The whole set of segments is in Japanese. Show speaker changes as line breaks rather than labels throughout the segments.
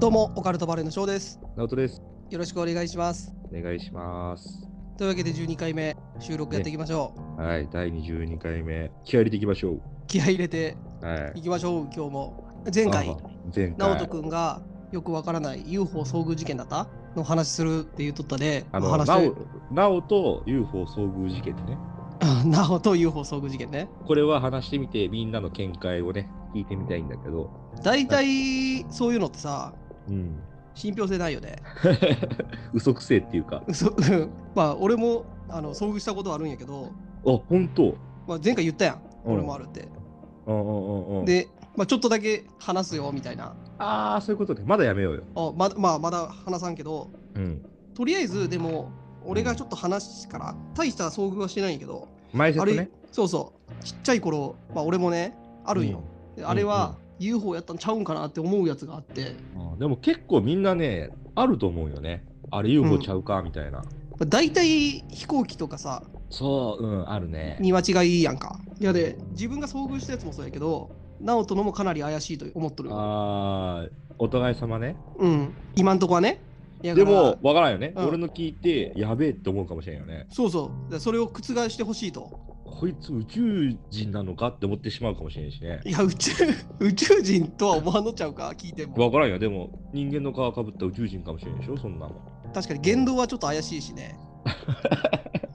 どうも、オカルトバレーの翔です。
直人です。
よろしくお願いします。
お願いします。
というわけで12回目収録やっていきましょう。
はい、第22回目、気合い入れていきましょ
気合い入れて
う。はい
い。きましょう、今日も。前
あ
回、
前回。
直人くんがよくわからない UFO 遭遇事件だったの話するって言っとったで、
あ
お
の、
話
なお、なおと UFO 遭遇事件ね。
直と UFO 遭遇事件ね。
これは話してみて、みんなの見解をね、聞いてみたいんだけど。
大体そういうのってさ、
うん。
信憑性ないよね。
嘘くせえっていうか。
そ まあ、俺もあの遭遇したことはあるんやけど、
あ、ほんと。
まあ、前回言ったやん、
うん
俺もあるって。
うんうんうんうん。、
で、まあ、ちょっとだけ話すよみたいな。
ああ、そういうことね。まだやめようよ。
あまだまあ、まだ話さんけど、
うん。
とりあえずでも俺がちょっと話すから大した遭遇はしてないんやけど、
前
あ
説
れ
ね。
そうそうちっちゃい頃、まあ、俺もねあ
あ
るんよ、。であれは UFO やったんちゃうんかなって思うやつがあって
うんでも結構みんなね、あると思うよね。あれ UFO ちゃうか、みたいな。
まあ大体飛行機とかさ
そう、うん、あるね。
には違いやんかいやで自分が遭遇したやつもそうやけど直人のもかなり怪しいと思っとる
ああ、お互い様ね。
うん今んとこはねいや
で
だ
も
か、
わからんよね。
うん
俺の聞いて、やべえって思うかもしれんよね
ら。そうそうだからそれを覆してほしいと
こいつ宇宙人なのかって思ってしまうかもしれんしね。
いや宇宙宇宙人とは思わんのちゃうか聞いても
わからんよ。でも、人間の皮かぶった宇宙人かもしれんでしょ、そんなもん。
確かに言動はちょっと怪しいし ね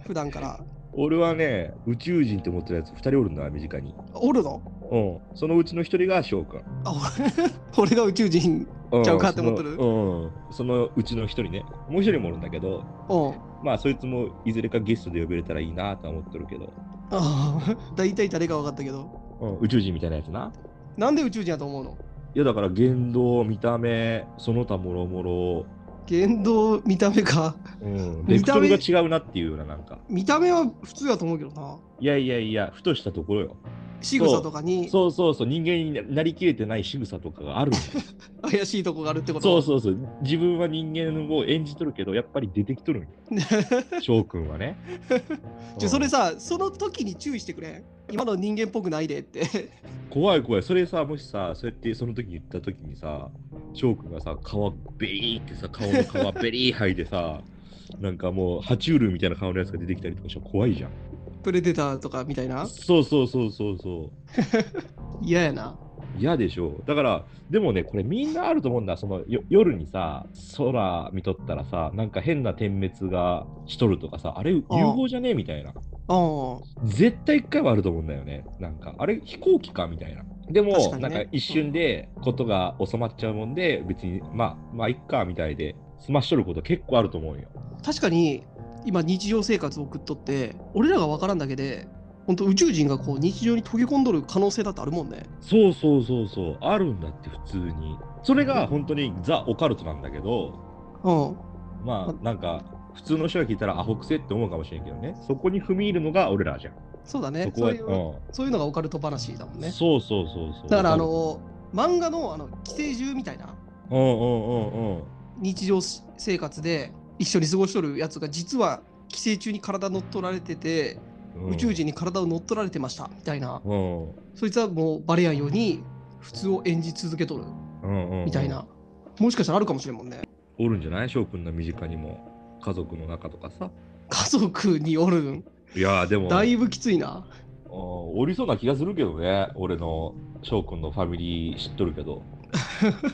普段から
俺はね、宇宙人って思ってるやつ2人おるんだ、身近に。
おるの
うん。そのうちの1人が翔くん。
あ 俺俺が宇宙人
うん
ちゃうかって思ってる
そのうん。そのうちの1人ね。もう1人もおるんだけど、
うん
まあ、そいつもいずれかゲストで呼べれたらいいなとは思ってるけど。
あー大体誰か分かったけど
うん、宇宙人みたいなやつな。
なんで宇宙人やと思うの
いやだから言動、見た目、その他もろもろ、
言動見た目か
うん、ベ
見
ク
た
ト
目
ルが違うなっていうような、なんか。
見た目は普通やと思うけどない
やいやいや、ふとしたところよ。
仕草とかに
そうそうそう、人間になりきれてない仕草とかが あるんだよ
怪しいとこがあるってこと
そうそうそう、自分は人間を演じとるけど、やっぱり出てき とるんよ翔くんはね。
ちょ
うん
それさその時に注意してくれん今の人間っぽくないでって
怖い怖い、それさ、もしさ、そうやってその時言った時にさ、翔くんがさ、皮ベリーってさ、顔の皮ベリー剥いでさ、なんかもう、爬虫類みたいな顔のやつが出てきたりとかしたら怖いじゃん。
プレデターとかみたいな
そうそうそうそうそう。
嫌やな
嫌でしょうだからでもねこれみんなあると思うんだそのよ夜にさ空見とったらさなんか変な点滅がしとるとかさあれ UFO じゃねえみたいな
うん
絶対一回はあると思うんだよねなんかあれ飛行機かみたいなでも、
確かにね
なんか一瞬でことが収まっちゃうもんで別にまあまあいっかみたいで済ましとること結構あると思うよ
確かに今日常生活を送っとって俺らが分からんだけで本当宇宙人がこう日常に溶け込んどる可能性だってあるもんね
そうそうそうそうあるんだって普通にそれが本当にザ・オカルトなんだけど
うん
まあなんか普通の人が聞いたらアホくせって思うかもしれんけどねそこに踏み入るのが俺らじゃん
そうだ
そ
ね
こ
そ
は
ういう、そういうのがオカルト話だも
うんん
ね
そうそうそうそう
だからあの漫画のあの寄生獣みたいな
うんうんうんうん
日常生活で一緒に過ごしとるやつが実は寄生虫に体乗っ取られてて、
うん
宇宙人に体を乗っ取られてましたみたいな
うん
そいつはもうバレやんように普通を演じ続けとる
うんうんうん
みたいな、もしかしたらあるかもしれんもんね
おるんじゃない翔くんの身近にも家族の中とかさ
家族におるん
いやーでも
だいぶきついな
うんおりそうな気がするけどね俺の翔くんのファミリー知っとるけ ど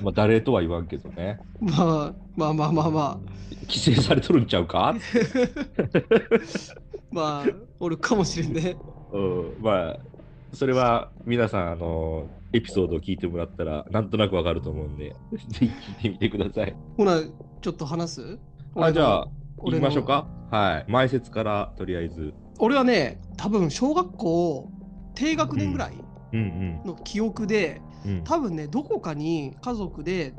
まあ誰とは言わんけどね
まあまあまあまあまあ
規制されとるんちゃうか
まあおるかもしれんね
うん、まあそれは皆さんあのエピソードを聞いてもらったらなんとなくわかると思うんでぜひ聞いてみてください。
ほなちょっと話す
あじゃあ行
俺
き
の
ましょうか。はい前説からとりあえず。
俺はね多分小学校低学年ぐらい、
ううん
の記憶で
うん。
多分ねどこかに家族で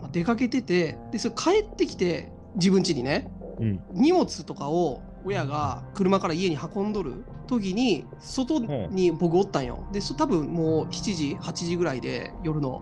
まあ出かけててでそれ帰ってきて自分家にね
うん。
荷物とかを親が車から家に運んどる時に外に僕おったんよ。でそ多分もう7時8時ぐらいで夜の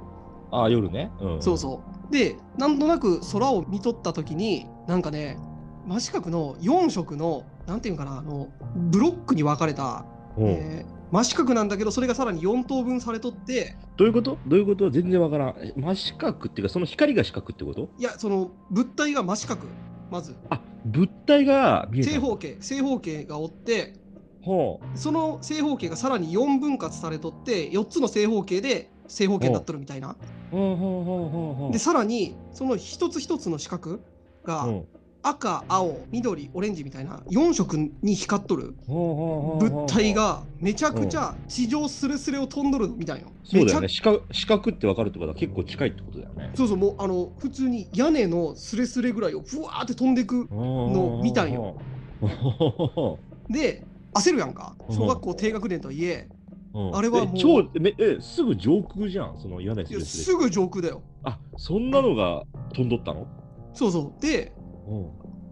ああ、夜ね。うん。
そうそう。でなんとなく空を見とった時になんかね真四角の4色のなんていうんかなあのブロックに分かれた、
うん。
えー真四角なんだけどそれがさらに4等分されとって
どういうことどういうこと全然わからん。え真四角っていうか、その光が四角ってこと
いやその物体が真四角まず
あ、物体が見えた。
正方形正方形がおって
ほ
その正方形がさらに4分割されとって4つの正方形で正方形になっとるみたいな
う。ほうほうほうほうほう。
でさらにその一つ一つの四角が
うん
赤青緑オレンジみたいな4色に光っとる
ほうほうほうほう
物体。がめちゃくちゃ地上スレスレを飛んどるみたいな
そうだよ
め
ね。
ち
四角四角ってわかるってことは結構近いってことだよね
ゃ。そうそうもうあの普通に屋根のスレスレぐらいをふわーって飛んでく
の
見たんよ。で焦るやんか小学校低学年とはいえ
うん
あれはもう
え超めえすぐ上空じゃん、その屋根
い
す
や
れす
す
れ。
ぐ上空だよ
あそんなのが飛んどったの
そうそうで
う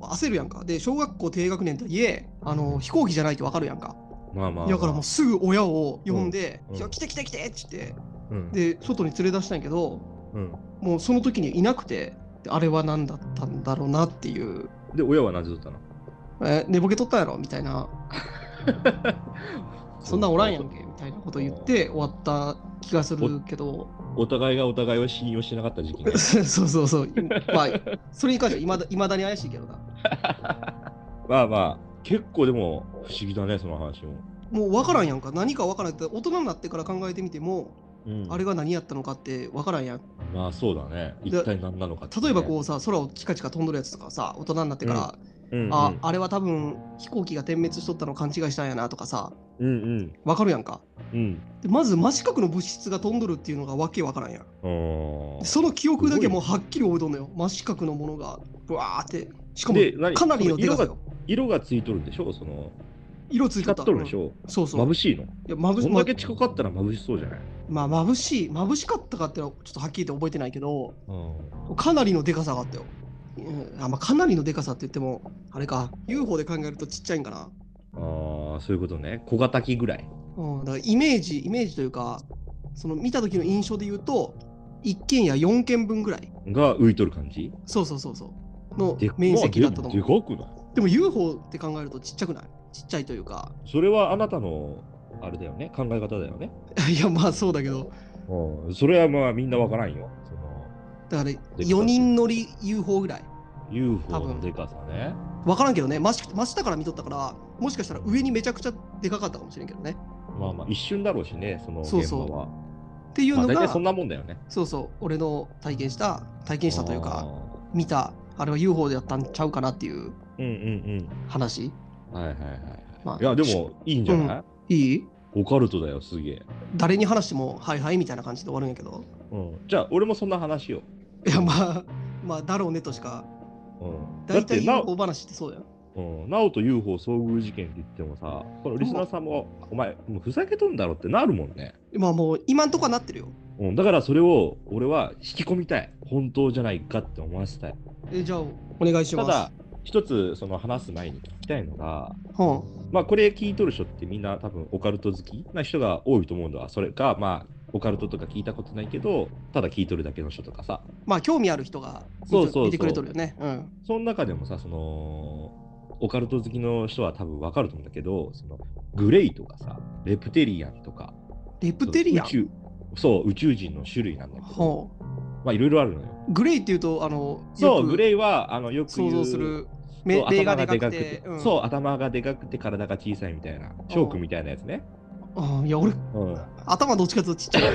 焦るやんかで小学校低学年とはいえあの飛行機じゃないとわかるやんか
ん。まあまあ、まあ。
だからもうすぐ親を呼んで「
うん
いや来て来て来て」っつって
うん。
で外に連れ出したんやけど
うん、
もうその時にいなくてであれは何だったんだろうなっていう
で、親は何時だったの
「え寝ぼけとったやろ」みたいな「そんなんおらんやんけ」みたいなこと言って終わった気がするけど
お互いがお互いを信用してなかった時 期ね。
そうそうそうまあそれに関してはいまだ未だに怪しいけどな
まあまあ、結構でも不思議だね、その話
も
も。
う分からんやんか何か分からんって大人になってから考えてみても
うん
あれが何やったのかって分からんやん
まあそうだね。一体何なのかってね、
例えばこうさ空をチカチカ飛んどるやつとかさ大人になってから、
うん、うん、
ああれは多分飛行機が点滅しとったのを勘違いしたんやなとかさ
うんうん
わかるやんか
うん。
でまず真四角の物質が飛んどるっていうのがわけわからんやん
うん。
その記憶だけもうはっきり覚えとんのよ真四角のものがブワーってしかも
で何
かなりのでかさよ
色がついとるんでしょその、
色ついと
光
っ
ったとるでしょ、
うんそうそう
眩しいの
いや眩
こ
し
んだけ近かったら眩しそうじゃない、
まあ眩しい眩しかったかってのはちょっとはっきりと覚えてないけど
うん、
かなりのでかさがあったよ、うんあまあ、かなりのでかさって言ってもあれか UFO で考えるとちっちゃいんかな
ああ、そういうことね。小型機ぐらい。
うん、だからイメージイメージというかその見た時の印象で言うと1件や4件分ぐらい
が浮いとる感じ
そうそうそうそうの
で
面積だったと
まあ
思
で
う
もでかくない
でも UFO って考えるとちっちゃくないちっちゃいというか
それはあなたの、あれだよね。考え方だよね。
いやまあそうだけど
うん。それはまあみんなわからんよ。その、
だから
で
4人乗り UFO ぐらい
UFO
多分
のでかさね。
分からんけどね真下真下から見とったからもしかしたら上にめちゃくちゃでかかったかもしれんけどね
まあまあ一瞬だろうしね、その現場
そう
は。
そうっていう
まあ
の
大
が、
体そんなもんだよね。
そうそう俺の体験した体験したというか
あ
見たあれは UFO だったんちゃうかなっていう
ー。うんうん
話
うん。はいはいはいはい。
まあ
いやでもいいんじゃない、
いい
オカルトだよ、すげえ。
誰に話しても「はいはい」みたいな感じで終わるんやけど
うん、じゃあ俺もそんな話を。
いやまあまあだろうねとしか
うん、だっ
大体
てなお、
UFO 話ってそうやん
うん、なおと UFO 遭遇事件って言ってもさ、このリスナーさんも、お前、もうふざけとんだろってなるもんね。
まあもう今んとこはなってるよ
うん、だからそれを俺は引き込みたい。本当じゃないかって思わせたい。
えじゃあお願いしたます
だ、一つその話す前に聞きたいのが、
うん
まあこれ聞いとる人ってみんな多分オカルト好きな人が多いと思うんだわ。それか、まあオカルトとか聞いたことないけど、ただ聞いとるだけの人とかさ。
まあ興味ある人が見て
そうそうそう
見てくれとるよねうん
その中でもさ、その、オカルト好きの人は多分わかると思うんだけど、そのグレイとかさ、レプテリアンとか、
レプテリアン
宇宙そう、宇宙人の種類なんだけど、
ほう
まあいろいろあるのよ。
グレイっていうとあの
そう、グ
イ
レイは、あの、よく言
想
う
像する
そ
め
う
霊
頭
が
が
で
で
か
か
く
く
て
て、
うん
そう、頭がでかくて体が小さいみたいな、ショークみたいなやつね。
あーいや俺
うん。
頭どっちかというとちっちゃいか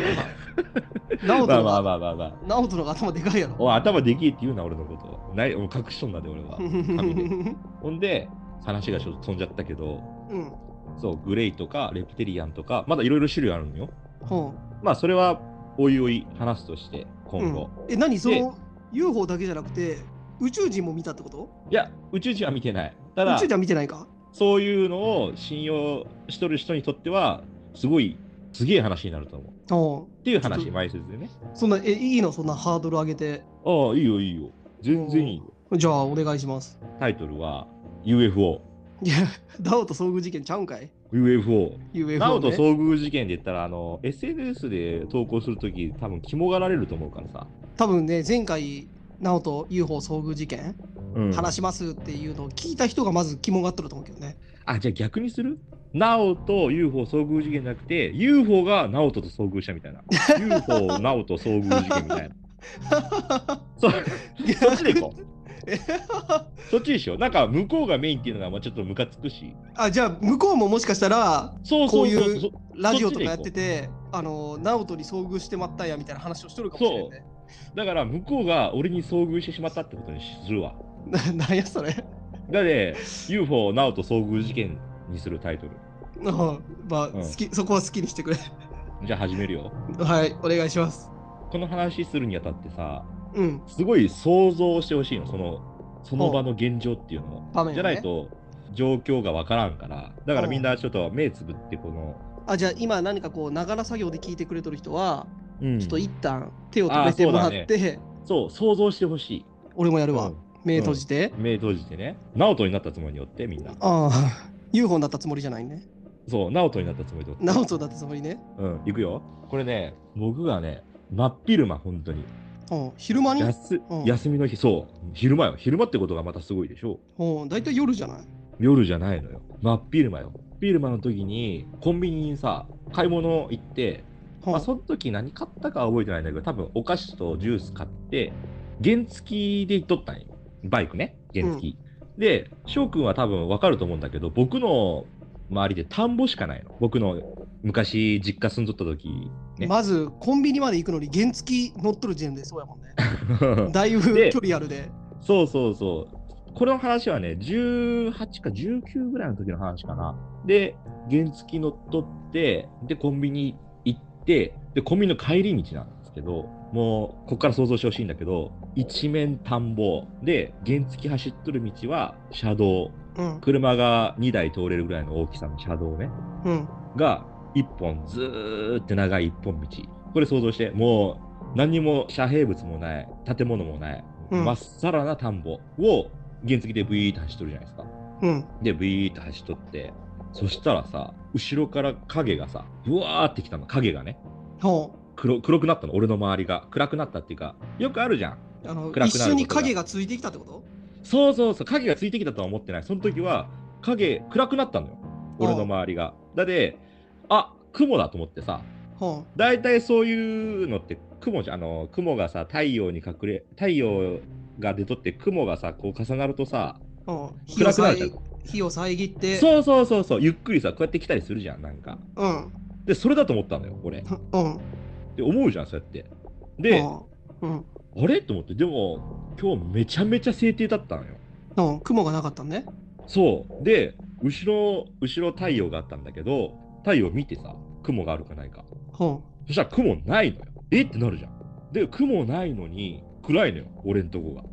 らなナオト
まあ
の
ま
が
あ まあまあまあ。
ナオトのが頭でかいやろ
お頭できえって言うな、俺のこと。ない、もう隠しとんなで、俺
う
は。紙で
ん
ほんで、話がちょっと飛んじゃったけど、
うん
そう、グレイとか、レプテリアンとか、まだいろいろ種類あるのよ。
ほ
まあそれはおいおい話すとして
う
今後、
うんえ何その UFO だけじゃなくて宇宙人も見たってこと
いや宇宙人は見てないた
宇
だ
宙では見てないか
そういうのを信用しとる人にとってはすごいすげえ話になると思う。
おう
っていう
ちょっ
話、
と
前説でね。
そんな、え、いいのそんなハードル上げて。
ああ、いいよいいよ。全然いいよ。
じゃあ、お願いします。
タイトルは UFO。
いや、 ダオと遭遇事件ちゃうんかい
UFO。
?UFO、ね。
ナオと遭遇事件で言ったら、あの、SNS で投稿するとき、多分肝がられると思うからさ。
多分ね、前回、ナオと UFO 遭遇事件、
うん、
話しますっていうのを聞いた人がまず肝がっとると思うけどね。
あ、じゃあ逆にするナオと UFO 遭遇事件じゃなくて、UFO がナオトと遭遇したみたいな。UFO ナオと遭遇事件みたいな。 そそっちでいこう。そっちでしょ。なんか向こうがメインっていうのはまあちょっとムカつくし。
あ、じゃあ、向こうももしかしたら、
そうそうそう
こういう
そ
ラジオとか
そ
や
っちで行
っ
こう
てて、あの、ナオトに遭遇してまったんやみたいな話をしとるかもしれんね。
だから向こうが俺に遭遇してしまったってことにするわ。
ななんやそれ。
だって UFO ナオと遭遇事件にするタイトル。
うんまあ、
うん
好きそこは好きにしてくれ。
じゃあ始めるよ。
はい、お願いします。
この話するにあたってさ、
うん、
すごい想像してほしいの、そのその場の現状っていうのを。
場面、ね、
じゃない。と状況がわからんから、だからみんなちょっと目つぶって、この、
あ、じゃあ今何かこう、ながら作業で聞いてくれとる人は、
うん
ちょっと一旦手を止めてもらっ
あ
て、
そう、想像してほしい。
俺もやるわ。
うん
目閉じて。
目閉じてね、ナオトになったつもりによって、みんな。
ああ、UFO になったつもりじゃないね。
そう、ナオトになったつもりによって。
ナオトだったつもりね。
うん、行くよ。これね、僕がね、真っ昼間、本当に。
うん、昼間に、
休
うん
休みの日、そう、昼間よ。昼間ってことがまたすごいでしょ。
うん、大体夜じゃない。
夜じゃないのよ。真っ昼間よ。昼間の時に、コンビニにさ、買い物行って、
うん
まあ、その時何買ったかは覚えてないんだけど、多分お菓子とジュース買って、原付きで行っとったんよ。バイクね、原付き。で、翔くんは多分わかると思うんだけど、僕の周りで田んぼしかないの。僕の昔実家住んどった 時、ね。
まずコンビニまで行くのに原付き乗っとる時点でそうやもんね。だいぶ
で
距離あるで。
そうそうそう。この話はね、18か19ぐらいの時の話かな。で、原付き乗っ取って、で、コンビニ行って、で、コンビニの帰り道なんですけど、もう、ここから想像してほしいんだけど、一面田んぼで、原付き走っとる道は車道。
うん、
車が2台通れるぐらいの大きさの車道ね。
うん、
が、一本、ずーって長い一本道。これ想像して、もう、何にも遮蔽物もない、建物もない、
うん
まっさらな田んぼを原付でブイーって走っとるじゃないですか。
うん。
で、ブイーって走っとって、そしたらさ、後ろから影がさ、ブワーってきたの、影がね。
ほ
黒黒くなったの、俺の周りが。暗くなったっていうか、よくあるじゃん。
うあの
暗くなる
一緒に
ことが
影がついてきたってこと
そうそうそう、影がついてきたとは思ってない。その時は、影、暗くなったのよ、俺の周りが。だって、あ雲だと思ってさ、
ほ
大体そういうのって雲じゃんあの雲がさ太陽に隠れ太陽が出とって雲がさこう重なるとさ
う、うん、火を
暗くな
さ
るじゃ
え
ん
火を遮って、
そうそうそうそうゆっくりさこうやって来たりするじゃんなんか
うん、
でそれだと思ったのよ俺
うん、
で思うじゃんそうやってであ
うん、うん
れと思ってでも今日めちゃめちゃ晴天だったのよ
うん、雲がなかったね。
そうで後ろ後ろ太陽があったんだけど太陽見てさ雲があるかないか
ほ
そしたら雲ないのよえってなるじゃんで雲ないのに暗いのよ俺んとこが
う、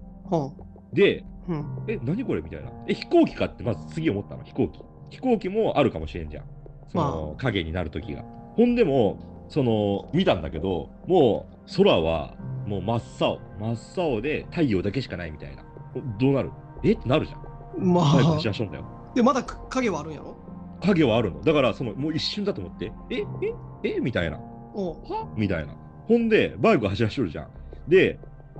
ほ
で
う、うん、
え、何これみたいな。え、飛行機かってまず次思ったの、飛行機。飛行機もあるかもしれんじゃん。その、影になる時が。ほんでも、その、見たんだけど、もう空はもう真っ青。真っ青で太陽だけしかないみたいな。おどうなるえってなるじゃん。
ま
早く
あ、
走らしとんだよ。
で、まだく影はあるんやろ
影はあるの。だから、その、もう一瞬だと思って、え、え、えみたいな。
おう
はみたいな。ほんで、バイク走らしとるじゃん。で、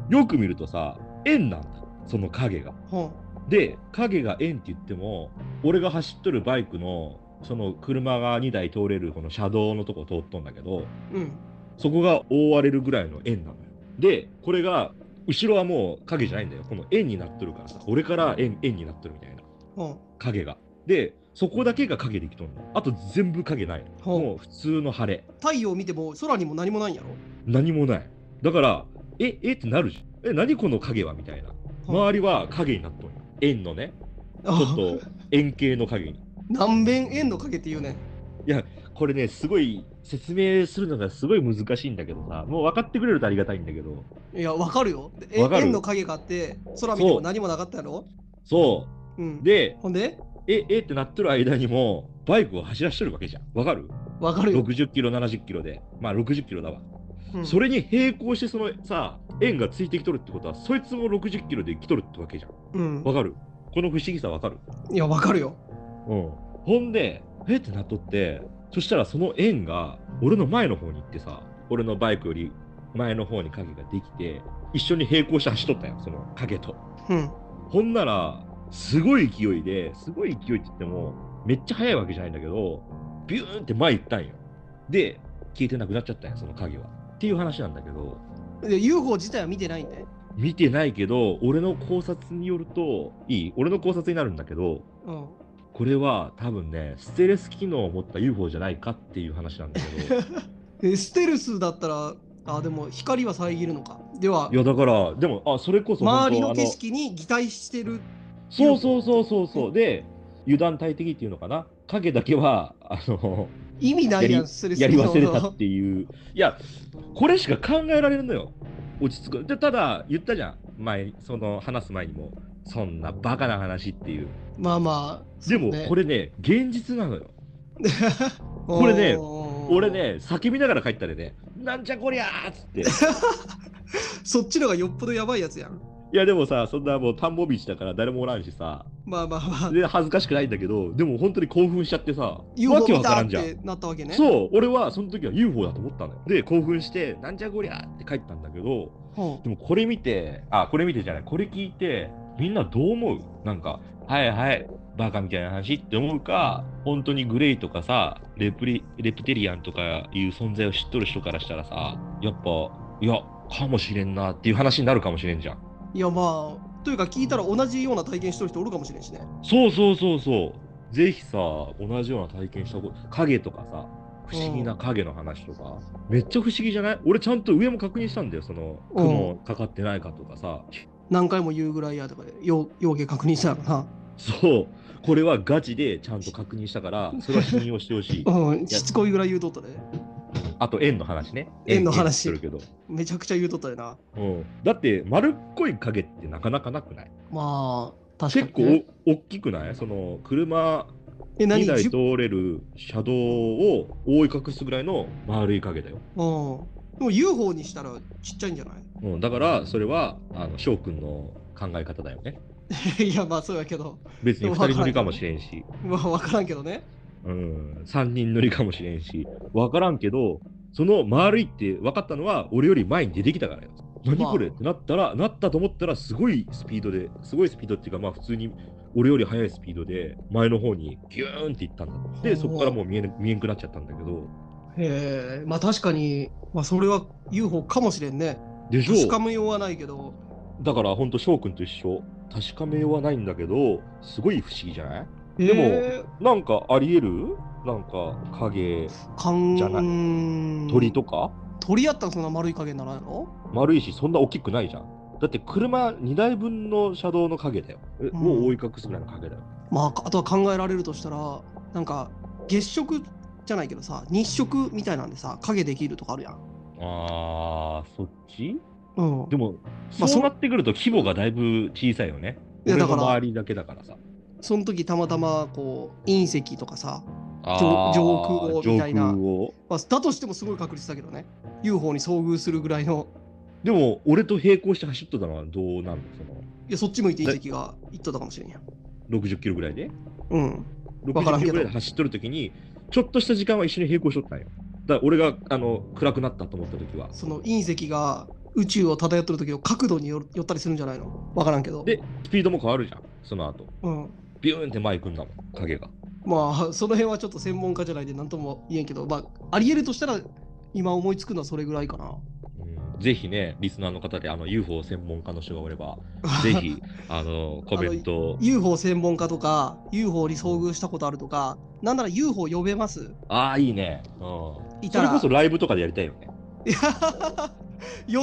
よく見るとさ、円なんだ。その影が。
ほ
で影が円って言っても俺が走っとるバイクのその車が2台通れるこの車道のとこ通っとんだけど
う、うん、
そこが覆われるぐらいの円なのよでこれが後ろはもう影じゃないんだよこの円になっとるからさ俺から円円になっとるみたいな
ほう、
影がでそこだけが影できとんのあと全部影ない
ほう
もう普通の晴れ
太陽見ても空にも何もないんやろ
何もないだからええってなるじゃんえ何この影はみたいな
ほう
周りは影になっとんよ円のねちょ っ
あ
と円形の影に
南弁円の影って言うね。
これね、すごい説明するのがすごい難しいんだけどさ、もう分かってくれるとありがたいんだけど、
いや、わかるよ。でえ
わかる
円の影があって、空見ても何もなかったやろ
そうう。
ん。
で、
ほんで
え、えってなってる間にも、バイクを走らしてるわけじゃん。わかる
わかるよ。
60キロ、70キロで、まあ60キロだわ。
うん
それに並行して、そのさ、円がついてきとるってことは、そいつも60キロで生きとるってわけじゃん。
うん
わ。かるこの不思議さわかる
いや、わかるよ。
うん。ほんで、えってなっとって、そしたらその円が、俺の前の方に行ってさ、俺のバイクより前の方に影ができて、一緒に並行して走っとったよ、その影と。
うん。
ほんなら、すごい勢いで、すごい勢いって言っても、めっちゃ速いわけじゃないんだけど、ビューンって前行ったんよ。で、消えてなくなっちゃったんよ、その影は。っていう話なんだけど、
で UFO 自体は見てないんで。
見てないけど、俺の考察によると、いい俺の考察になるんだけど、
うん。
これは多分ね、ステレス機能を持った UFO じゃないかっていう話なんだけ ど、
えステルスだったら、あ、でも光は遮るのか。では、
いやだから、でも、あ、それこそ本当
周り
あ
の景色に擬態してる。
そうそうそうそうそう、で、油断大敵っていうのかな、影だけは、あの、
意味ないや
や
ん、ステルス
やり忘れた
そ
っ
う
ていう。いや、これしか考えられるのよ。落ち着く。で、ただ、言ったじゃん。前、その、話す前にも。そんなバカな話っていう。
そうまあまあ。
でも、こ
れ、
れね、現実なのよ。これ ね
おー
俺。ね、叫びながら帰ったでね、なんじゃこりゃーっつって。い
そっちのがよっぽどやばいやつやん。
や、でもさ、そんなもう田んぼ道だから誰もおらんしさ、
まあまあまあ。
で、恥ずかしくないんだけど、でも本当に興奮しちゃってさ、わ
UFO
けわ
見
か
た
らん
っ
じゃん。
てなったわけね。う。
そう、俺はその時は UFO だと思ったのよ。で、興奮して、なんじゃこりゃーって帰ったんだけど、でもこれ見て、あ、これ見てじゃない、これ聞いて、みんなどう思うなんか、はいはい、バカみたいな話って思うか、本当にグレイとかさ、レプリレプテリアンとかいう存在を知っとる人からしたらさ、やっぱ、いや、かもしれんなっていう話になるかもしれんじゃん。
いやまあ、というか聞いたら同じような体験してる人おるかもしれんしね。
そうそうそうそう。ぜひさ、同じような体験したこと、影とかさ、不思議な影の話とか、めっちゃ不思議じゃない俺ちゃんと上も確認したんだよ、その、雲かかってないかとかさ、
何回も言うぐらいやとかで、よう、ようけ確認したのか
そう、これはガチでちゃんと確認したから、それは信用してほしい。
な。うん、しつこいぐらい言うとったで。
あと、円の話ね。
円の話
円するけど、
めちゃくちゃ言うとったよな。
うん。だって、丸っこい影ってなかなかなくない
まあ、確かに、
結
ね。
構お大きくないその、車
え、何
2台
じゅ
通れる車道を覆い隠すぐらいの丸い影だよ。
うん。でも UFO にしたらちっちゃいん じゃな
うん、だから、それは、あの、翔くんの考え方だよね。
いいや、まあそうやけど。
別に2人乗りかもしれんし。
まあわからんけどね。
うん、3人乗りかもしれんし、分からんけど、その丸いって分かったのは、俺より前に出てきたからよ。何これってなったら、なったと思ったら、すごいスピードで、すごいスピードっていうか、まあ普通に俺より速いスピードで、前の方にギューンっていったんだ。
ほ
で、
う
そこからもう見えね見えんくなっちゃったんだけど、
へえ、まあ確かに、まあそれは UFO かもしれんね。
でしょ
確かめようはないけど、
だからほんと翔くんと一緒。確かめようはないんだけど、すごい不思議じゃない
で
もなんかありえるなんか影、
かん
じゃない鳥とか、
鳥やったらそんな丸い影にならないの
丸いしそんな大きくないじゃんだって車2台分の車道の影だよ、え
ん
もう覆い隠すぐらいの影だよ
まああとは考えられるとしたらなんか月食じゃないけどさ日食みたいなんでさ影できるとかあるやん。
あーそっち
うん、
でも、
まあ
そうな
そ
ってくると規模がだいぶ小さいよね
いや
俺の
だから
周りだけだからさ
その時たまたまこう隕石とかさ、
あー
上空をみたいな
上空を
まあ、だとしてもすごい確率だけどね UFO に遭遇するぐらいの
でも俺と並行して走っとったのはどうなんのその
いやそっち向いて隕石が行っとったかもしれんやん。
60キロぐらいで
うん、わからんけ
60
ど
キロぐらいで走っとる時にちょっとした時間は一緒に並行しとったんよだから俺があの暗くなったと思った時は
その隕石が宇宙を漂ってる時の角度によるよったりするんじゃないのわからんけど。
でスピードも変わるじゃんその後
うん、
ビューンって前行くんだもん影が
まあその辺はちょっと専門家じゃないで何とも言えんけど、まあ、ありえるとしたら今思いつくのはそれぐらいかな。
うんぜひね、リスナーの方であの UFO 専門家の人がおれ ば、ぜひあのコメントを。
UFO 専門家とか UFO に遭遇したことあるとかなんなら UFO 呼べます
ああ、いいね、うん
い
そ
た
れ
ら
こそライブとかでやりたいよね。
いや読んで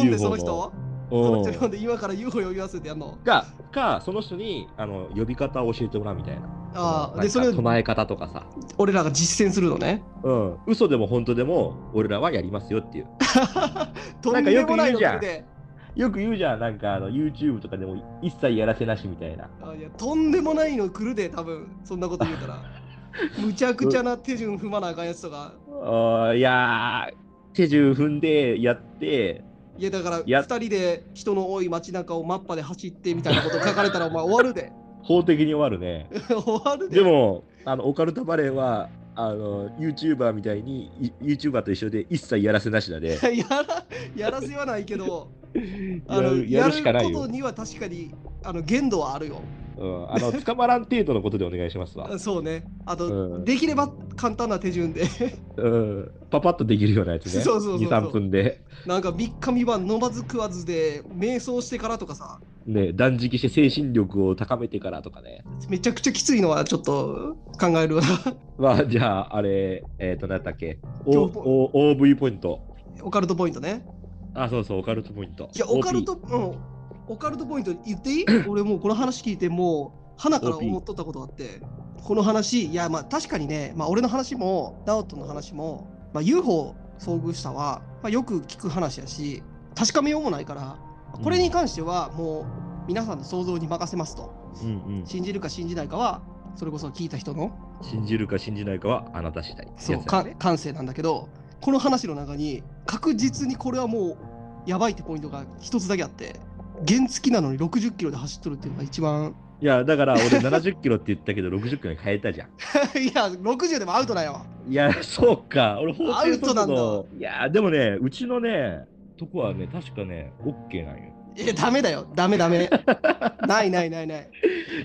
UFO
その人その人読んで今から UFO 呼びますってやんの
か、か、その人にあの呼び方を教えてもらうみたいな。
ああ
そのなん
で
か
それを
唱え方とかさ、
俺らが実践するのね
うん、嘘でも本当でも、俺らはやりますよっていう。
とんでもないのだけで
よく言うじゃん、なんかあの YouTube とかでも一切やらせなしみたいな。
あいやとんでもないの来るで多分そんなこと言うたらむちゃくちゃな手順踏まなあかんやつとか。
あーいやー、手順踏んでやって、
いやだから
や
2人で人の多い街中をマッパで走ってみたいなこと書かれたらお前終わるで。
法的に終わるね。
終わるで。
でも、あのオカルトバレーは、あの YouTuber みたいに、い YouTuber と一緒で一切やらせなしだで、
やらやらせはないけど、あ
や
の
るやるしかない
やるこ
よ
と。には確かにあの限度はあるよ。
うん、あの捕まらん程度のことでお願いします わ。
そうね。あと、
うん
できれば簡単な手順で、
うん、パパッとできるようなやつね。
そうそうそうそう
2、3分で。
なんか3日3晩飲まず食わずで、瞑想してからとかさ、
ね、断食して精神力を高めてからとかね。
めちゃくちゃきついのはちょっと考えるわ。
まあ、じゃあ、あれ、えっ、と、なんだっけ、お
情報
お OV ポイント。
オカルトポイントね。
あ、そうそう、オカルトポイント。
いや、オカルト、うん、オカルトポイント言ってい い俺もうこの話聞いて、もう、花から
OP
思っとったことあって、この話、いや、まあ確かにね、まあ俺の話も、ナオトの話も、まあ UFO 遭遇したは、まあよく聞く話やし、確かめようもないから、これに関してはもう皆さんの想像に任せますと。
うんうん、
信じるか信じないかは、それこそ聞いた人の
信じるか信じないかはあなた次第。
そう、
ってや
か
つだね
感性なんだけど、この話の中に、確実にこれはもうやばいってポイントが一つだけあって、原付きなのに60キロで走っとるっていうのが一番。
いや、だから俺70キロって言ったけど、60キロに変えたじゃん。
いや、60でもアウトだよ。
いや、そうか。俺、法定速度
アウト
いや、でもね、うちのね、とこはね、確かね、OK なんよ。
え、ダメだよ。ダメダ メ。ないないないない。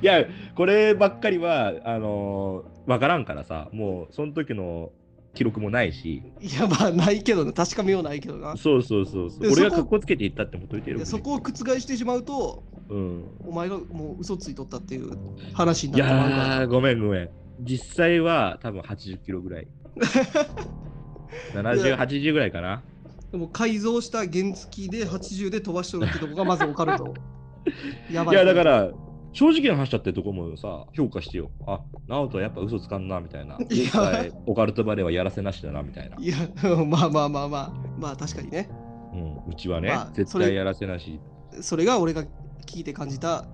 いや、こればっかりは、あのー、わからんからさ、もう、その時の記録もないし、
いや、まあ、ないけどな。確かめようないけどな。
そうそうそうそう
で、
俺が
そこ
かっこつけて言ったってもといて
い
る
やそこを覆してしまうと、
うん。
お前がもう嘘ついとったっていう話に
い
なってまうから。
やー、ごめんごめん。実際は多分80キロぐ らい。
い
70、
や
80ぐらいかな。
でも改造した原付きで80で飛ばしとるってとこがまずオカル ト。やば
い
い。
や、だか。ら、正直な話だってとこもさ、評価してよ。あ、直人はやっぱ嘘つかんな、みたいな。
いや
はいオカルトバレーはやらせなしだな、みたいな。
いや、まあまあまあまあ。まあ確かにね。
うん、うちはね、
まあ
絶
それ
対やらせなし。
それが俺が聞いて感じた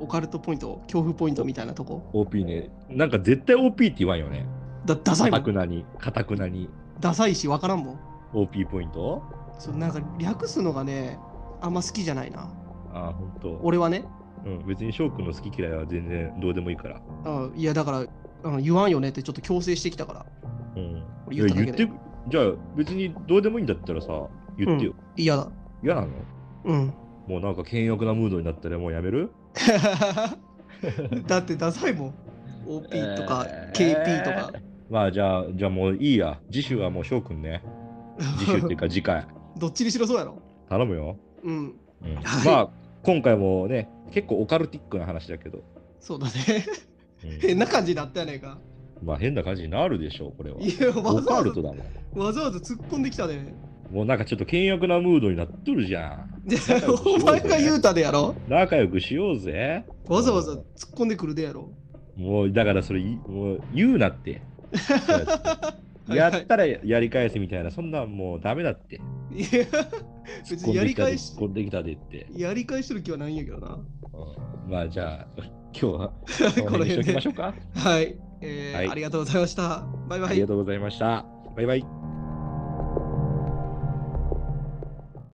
オカルトポイント、恐怖ポイントみたいなとこ。
OP ね。なんか絶対 OP って言わんよね。
だダサ
か
いも
たく
ん。
なに、かたくなに。
ダサいし、わからんもん。
OP ポイント
そうなんか略すのがね、あんま好きじゃないな。
あ、ほんと。
俺はね。
うん、別に翔くんの好き嫌いは全然どうでもいいから。
うん、いや、だからあの言わんよねってちょっと強制してきたから。
うん。
俺言っただけで
いや言ってじゃあ別にどうでもいいんだったらさ、言ってよ。
嫌だ。
嫌なの
うん。
もうなんか険悪なムードになったらもうやめる
だってダサいもん。OP とか
えー
KP とか。
まあじゃあ、じゃあもういいや。次週はもう翔くんね。次週っていうか次回。
どっちにしろそうやろ。
頼むよ。
うん、
うん、
はい
まあ今回もね、結構オカルティックな話だけど。
そうだね。
うん
変な感じだったやねんか。
まあ変な感じになるでしょう、これは。
いや、わ
オ
ざ
カ
わ
ル
ざ
トだもん。
わざわざ突っ込んできたね。
もうなんかちょっと険悪なムードになっとるじゃん。
で
仲良く
お
しようぜ
前が言うたでやろ。
仲良くしようぜ。
わざわざ突っ込んでくるでやろ。
もうだからそれいもう言うなって。 や
はいは
っ
い
たらやり返すみたいな、そんなんもうダメだって。
いや、
突っ
別
込
にや
んで
り
きたで
返し
突っ込んできたでって。
やり返してる気はないんやけどな。
うんまあじゃあ、今日はこ
こ
の
の
辺にし
辺
とき
で
まし。ょうか。
はい、えー
はい
ありがとうございました。バイバ
あ
イ
りが。とうございました。バイバイ。